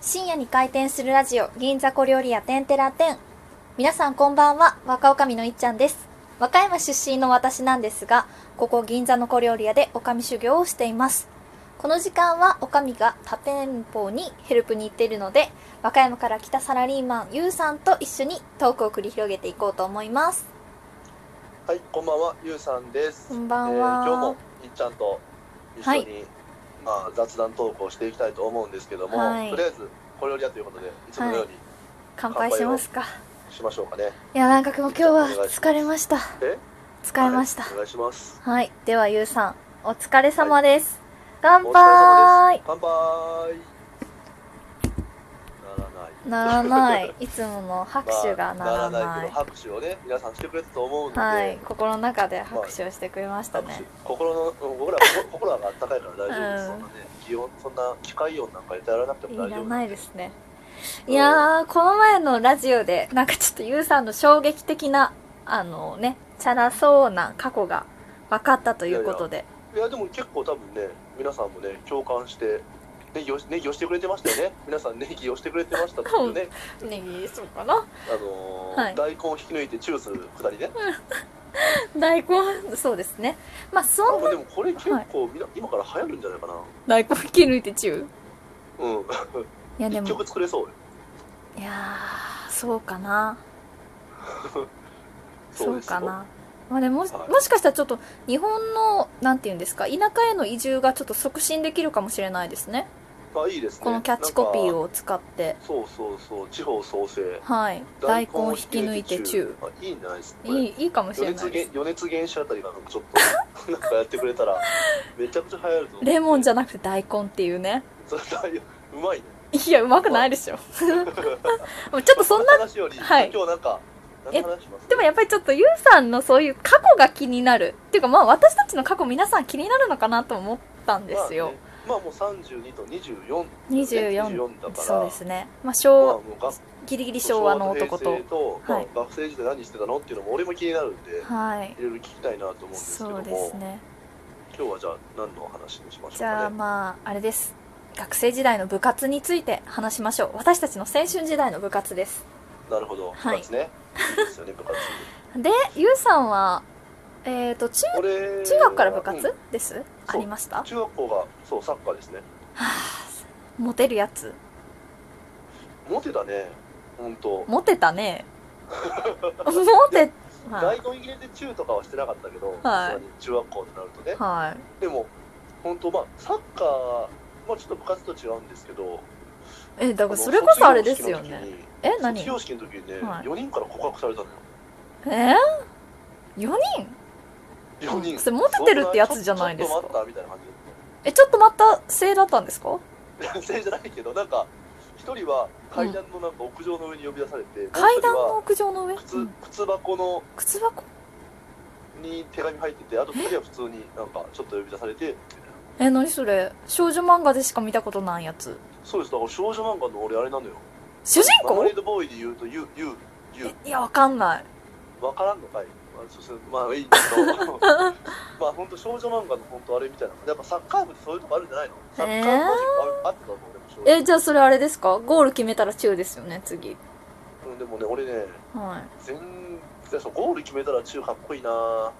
深夜に開店するラジオ銀座小料理屋テンテラテン皆さんこんばんは若女将のいっちゃんです和歌山出身の私なんですがここ銀座の小料理屋で女将修行をしていますこの時間は女将が他店舗にヘルプに行っているので和歌山から来たサラリーマンゆうさんと一緒にトークを繰り広げていこうと思いますはい、こんばんは、ゆうさんです。こんばんはえー今日もいっちゃんと一緒に、はいまあ、雑談投稿していきたいと思うんですけども、はいとりあえず小料理屋ということで、いつものように乾杯しますかしましょうかね。いやなんかもう今日は疲れましたえ疲れましたはいお願いします。はいではゆうさんお疲れ様です、乾お疲れ様杯です。乾杯。ならなならい。ない いつもの拍手がならまあなけいど、拍手をね、皆さんしてくれたと思うので、はい心の中で拍手をしてくれました拍ね手、心の、うん僕らは心心が温かいから大丈夫うんです。そんなね、気温、そんな機械音なんかやってやらなくていも大丈ら夫ないですねいやーこの前のラジオでなんかちょっとゆうさんの衝撃的なあのねチャラそうな過去が分かったということでいやでも結構多分ね皆さんもね共感してネギをネギをしてくれてましたよね皆さんネギをしてくれてましたって いうね、ネギそうかなあのーはい大根を引き抜いてチューするくだりね大根そうですねまああそんもうなでもこれ結構みな、今から流行るんじゃないかな大根引き抜いてチューうんいやで一も曲作れそういやーそうか なそうですかなまあでももしはいもしかしたらちょっと日本のなんていうんですか田舎への移住がちょっと促進できるかもしれないですねあいいですねこのキャッチコピーなんかを使ってそうそうそう地方創生はい大根を引き抜いてチューいいんじゃないですかーいいいいかもし余れな熱いです原余熱原子あたりがなんかちょっと なんかやってくれたらめちゃくちゃ流行ると思うレモンじゃ ゃなくて大根っていうねうまいねいやうまくないでし ょもうちょっとそんな話より、はい今日なんか何の話しますでもやっぱりちょっとゆうさんのそういう過去が気になるっていうかまあ私たちの過去皆さん気になるのかなと思ったんですよ、まあね、まあもう32と24、ね、 24 24だからそうですねまあまあ昭もう学ギリギリ昭和の男昭と和平成と、まあはい学生時代何してたのっていうのも俺も気になるんで、はいいろいろ聞きたいなと思うんですけどそもうですね今日はじゃあ何の話にしましょうじゃあかねまああれです学生時代の部活について話しましょう私たちの青春時代の部活ですなるほはど、い部活ねいいですよね 部活でゆうさんはえっ、と中俺中学から部活うんです、ありました中学校がそうサッカーですねモテるやつモテたね本当。モテた ねモテは大い、根入れて中とかはしてなかったけど、はいさすがに中学校になるとね、はい、でも、本当、まあ、サッカー、まあ、ちょっと部活と違うんですけど、えだからあのそれこそあれですよね。え何卒業式の時に卒業式の時にね、はい4人から告白されたのよ。え四人4人。それモテてるってやつじゃないですかそんちょっと待ったみたいな感えちょっとまた正だったんですかじ。男性じゃないけど、なんか、一人は階段のなんか屋上の上に呼び出されて、もう一人は階段の屋上の上、靴うん靴箱の靴箱に手紙入ってて、あと一人は普通になんかちょっと呼び出されて、みたいなえ何それ少女漫画でしか見たことないやつそうです、だから少女漫画の俺あれなのよ。主人マーマ公レードボーイで言うと、ゆう、ゆう、ゆう。えいやわかんないわからんのかい、まあ、そしてまあいいけ どまあ本当少女漫画の本当あれみたいなやっぱサッカー部ってそういうとこあるんじゃないのサッカー部ああったと思うでも正直えじゃあそれあれですかゴール決めたらチューですよね次うんでもね俺ねは全然そうゴール決めたら中かっこいいな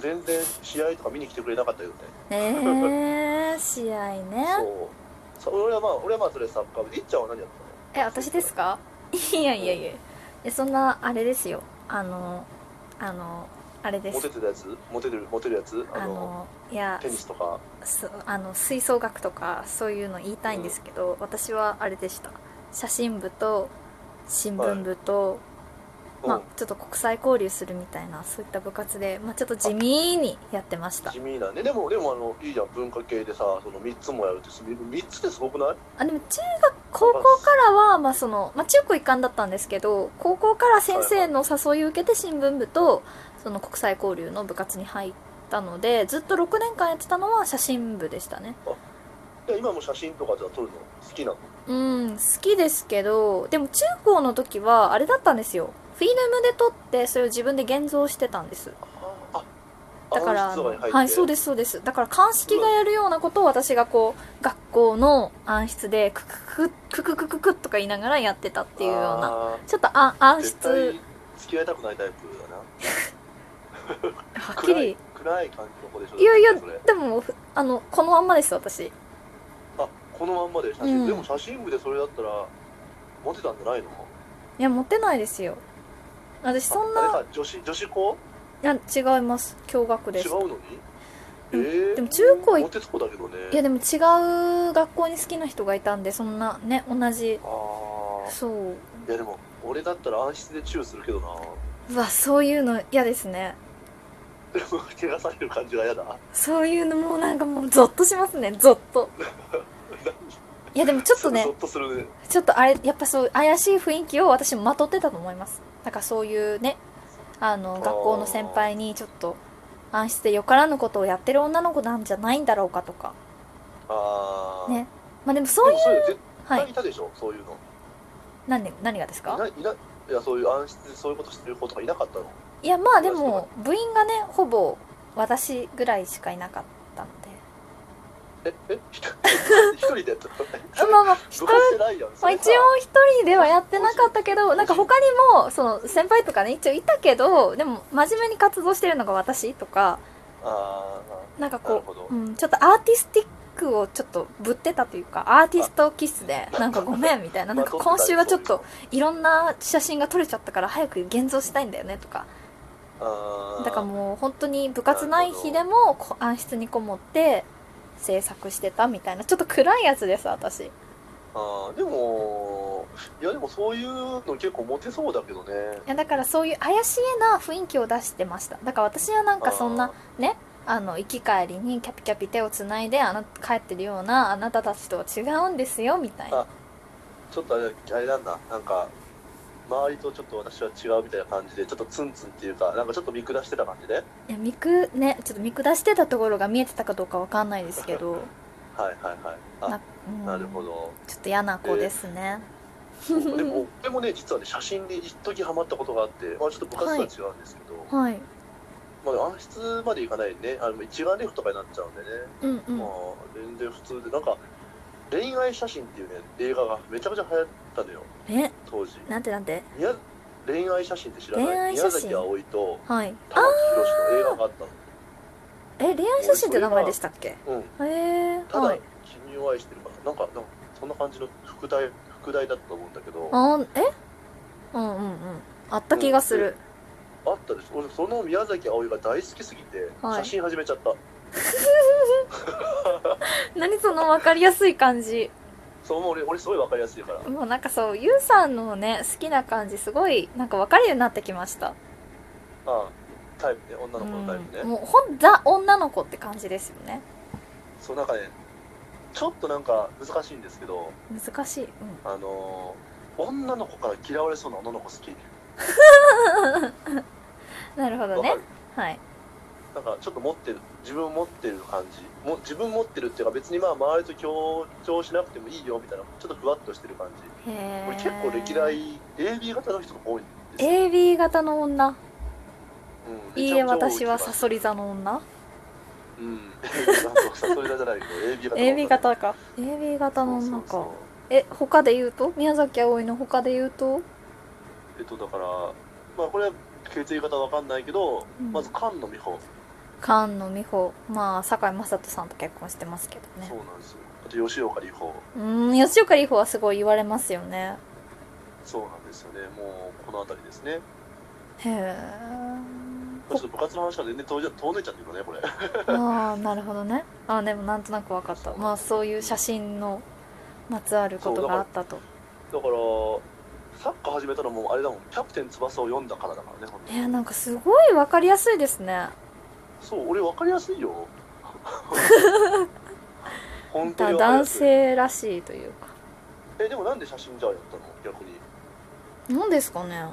全然試合とか見に来てくれなかったけどねい えー、試合ねそうさ俺はまあ俺はまあそれサッカー部でいっちゃんは何やったえ私ですかいやいやいやえそんなあれですよあのあのあれでのモテすてるやつモテてるモテるやつあのあのいやテニスとかそあの吹奏楽とかそういうの言いたいんですけど、私はあれでした写真部と新聞部と、まうあん、ちょっと国際交流するみたいなそういった部活で、まあ、ちょっと地味にやってました地味なねでもでもあのいいじゃん文化系でさその3つもやるって3つってすごくないあでも中学高校からは、まあそのまあ、中高一貫だったんですけど高校から先生の誘いを受けて新聞部とその国際交流の部活に入ったのでずっと6年間やってたのは写真部でしたねで今も写真とかじゃあ撮るの好きなのうん好きですけどでも中高の時はあれだったんですよフィルムで撮ってそれを自分で現像してたんですあだからあの室内に入ってはいそうですそうですだから鑑識がやるようなことを私がこう学校の暗室でクククククククククとか言いながらやってたっていうようなあちょっとあ暗ー絶室対付き合いたくないタイプだなはっき暗いり暗い感じの子でしょいやいやだってそでれもふあのこのまんまです私あこのまんまで写真、うんでも写真部でそれだったらモテたんじゃないのいや持ってないですよ私そんあなあれか女子女子校いや違います驚愕で違すうのにえー、でも中高いモテそうだけどねいやでも違う学校に好きな人がいたんでそんなね同じあーそういやでも俺だったら暗室でチューするけどなうわそういうの嫌ですねでも怪我される感じが嫌だそういうのもうなんかもうゾッとしますねゾッといやでもちょっとね ゾッとするねちょっとあれやっぱそう怪しい雰囲気を私もまとってたと思いますだからそういうねあのあー学校の先輩にちょっと暗室でよからぬことをやってる女の子なんじゃないんだろうかとかああねまあでもでそういもうそういうの絶は対いいたでしょ、そういうの何何がですいかないないいやそういう暗室でそういうことしてる子とかいなかったのいやまあでも部員がねほぼ私ぐらいしかいなかったのでええ 一人一人 でやったのあまあまあ一人部活してないやんそまあ、れ一さ応一人ではやってなかったけどなんか他にもその先輩とかね一応いたけどでも真面目に活動してるのが私とかあなんかあなこるほどう、うん、ちょっとアーティスティックをちょっとぶってたというかアーティストキスでなんかごめんみたいななんか今週はちょっといろんな写真が撮れちゃったから早く現像したいんだよねとかあーだからもう本当に部活ない日でもこ暗室にこもって制作してたみたいなちょっと暗いやつです私あーでもいやでもそういうの結構モテそうだけどねいやだからそういう怪しげな雰囲気を出してましただから私はなんかそんなねあの行き帰りにキャピキャピ手をつないであな帰ってるようなあなたたちとは違うんですよみたいなあちょっとあれあれなんだなんか周りとちょっと私は違うみたいな感じでちょっとツンツンっていうかなんかちょっと見下してた感じではいいや見くねちょっと見下してたところが見えてたかどうかわかんないですけど、はいはいあなうんなるほどちょっと嫌な子ですね、そうでも俺もね実はね写真に一時ハマったことがあって、まあ、ちょっと部活とは違うんですけど、はいまあ、暗室まで行かないでねあの一眼レフとかになっちゃうんでね、うんうんまあ全然普通でなんか恋愛写真っていうね映画がめちゃくちゃ流行ったのよえ当時なんてなんて宮恋愛写真って知らない恋愛写真宮崎あおいとはい玉あ木宏の映画があったのえ恋愛写真って名前でしたっけへうん、えたはだい君を愛してるからなんかなんかそんな感じの副題副題だったと思うんだけどああえうんうんうんあった気がする、ったでしょ俺その宮崎あおいが大好きすぎてはい写真始めちゃった、何その分かりやすい感じそうもう俺俺すごいわかりやすいからもうなんかそうゆうさんのね好きな感じすごいなんか分かるようになってきましたああタイプね女の子のタイプね、うんもうほんザ女の子って感じですよねそうなんかねちょっとなんか難しいんですけど難しい、うん、あのー女の子から嫌われそうな女の子好き、なるほどわかねるはいなんかちょっと持ってる自分持ってる感じも自分持ってるっていうか別にまあ周りと強調しなくてもいいよみたいなちょっとふわっとしてる感じへえこれ結構歴代 AB 型の人が多いんですよ、 AB 型の女ういんいめちえゃめちゃ多私はサソリ座の女うん なんかサソリ座じゃないけど AB 型 AB 型か AB 型の女そうそうかそうえ他で言うと宮崎あおいの他で言うとえっとだからまあこれは血液型わかんないけど、うんまず菅野美穂菅野美穂まあ堺雅人さんと結婚してますけどねそうなんですよあと吉岡里帆うーん吉岡里帆はすごい言われますよねそうなんですよねもうこの辺りですねへえちょっと部活の話は全然遠遠のいちゃってるからねこ れああなるほどねあーでもなんとなく分かったまあそういう写真のまつわることがあったとだからサッカー始めたのもあれだもん「キャプテン翼」を読んだからだからね本当えにー、なんかすごい分かりやすいですねそう俺分かりやす いよ本当に分かりや男すい性らしいというかえでもなんで写真じゃあやったの逆に何ですかね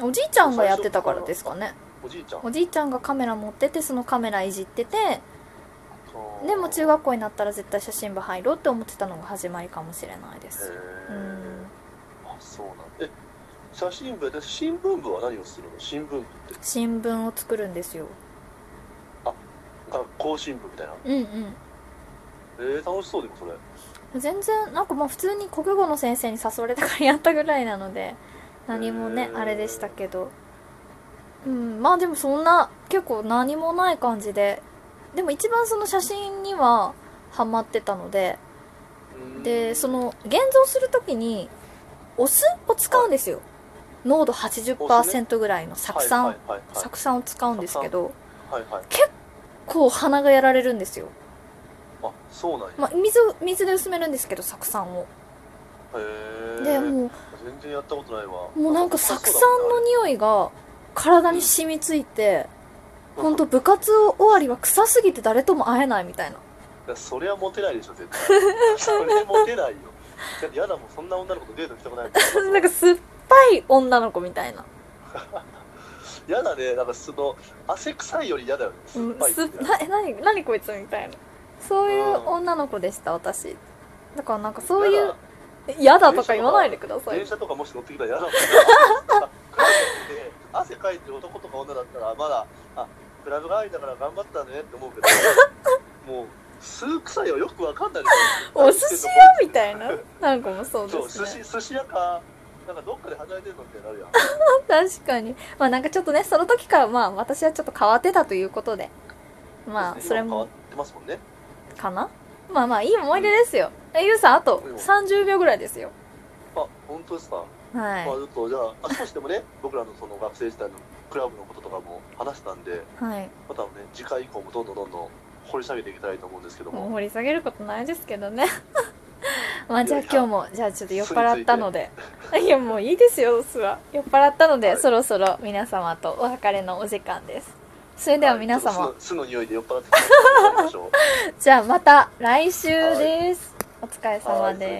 おじいちゃんがやってたからですかねおじいちゃんおじいちゃんがカメラ持っててそのカメラいじっててあーでも中学校になったら絶対写真部入ろうって思ってたのが始まりかもしれないでへすうえんあそうなんえ写真部で新聞部は何をするの新聞部って新聞を作るんですよ学校新聞みたいなうんうんえー、楽しそうでもそれ全然なんかまあ普通に国語の先生に誘われたからやったぐらいなので何もねへーあれでしたけどうんまあでもそんな結構何もない感じででも一番その写真にはハマってたのででその現像するときにお酢を使うんですよ濃度80%ぐらいの酢酸、はいはいはい酢酸を使うんですけどはい、はいはい、こう鼻がやられるんですよ、あそうなんや、まあ、水を水で薄めるんですけど酢酸をへえでも全然やったことないわうもうなんか酢臭酸そうだの匂いが体に染みついてもんな本当部活終わりは臭すぎて誰とも会えないみたいないやそれはモテないでしょ絶 対それモテないよだってやだもんそんな女の子とデートしたくないも んなんか酸っぱい女の子みたいなやだねなんかその汗臭いより嫌だよねう酸っんぱいってすな何何こいつみたいなそういう女の子でした私だからなんかそういやうだ「嫌だ」とか言わないでください電車とかもし乗ってきたら嫌だもんで汗かいてる男とか女だったらまだあクラブが愛だから頑張ったねって思うけ どもう吸う臭いはよくわかんないですよお寿司屋みたいななんかもそうそでうす寿ね司寿司屋かなんかどっかで働いてるのってなるやん確かにまあなんかちょっとねその時からまあ私はちょっと変わってたということでまあそれ今変わっもてますもんねかなまあまあいい思い出ですよえゆうさんあとうん30秒ぐらいですよあ本当ですかはいまあ、ちょっとじゃあ、あ少しでもね、僕らのその学生時代のクラブのこととかも話したんで、はいまたね、次回以降もどんどんどんどん掘り下げていけたらいいと思うんですけどもうも、掘り下げることないですけどね まあじゃあ今日もじゃあちょっと酔っ払ったので いやもういいですよすは酔っ払ったので、はいそろそろ皆様とお別れのお時間ですそれでは皆様、はいちょっと酢の酢の匂いで酔っ払ってきてもらいましょう。じゃあまた来週です、お疲れ様はいそでれですは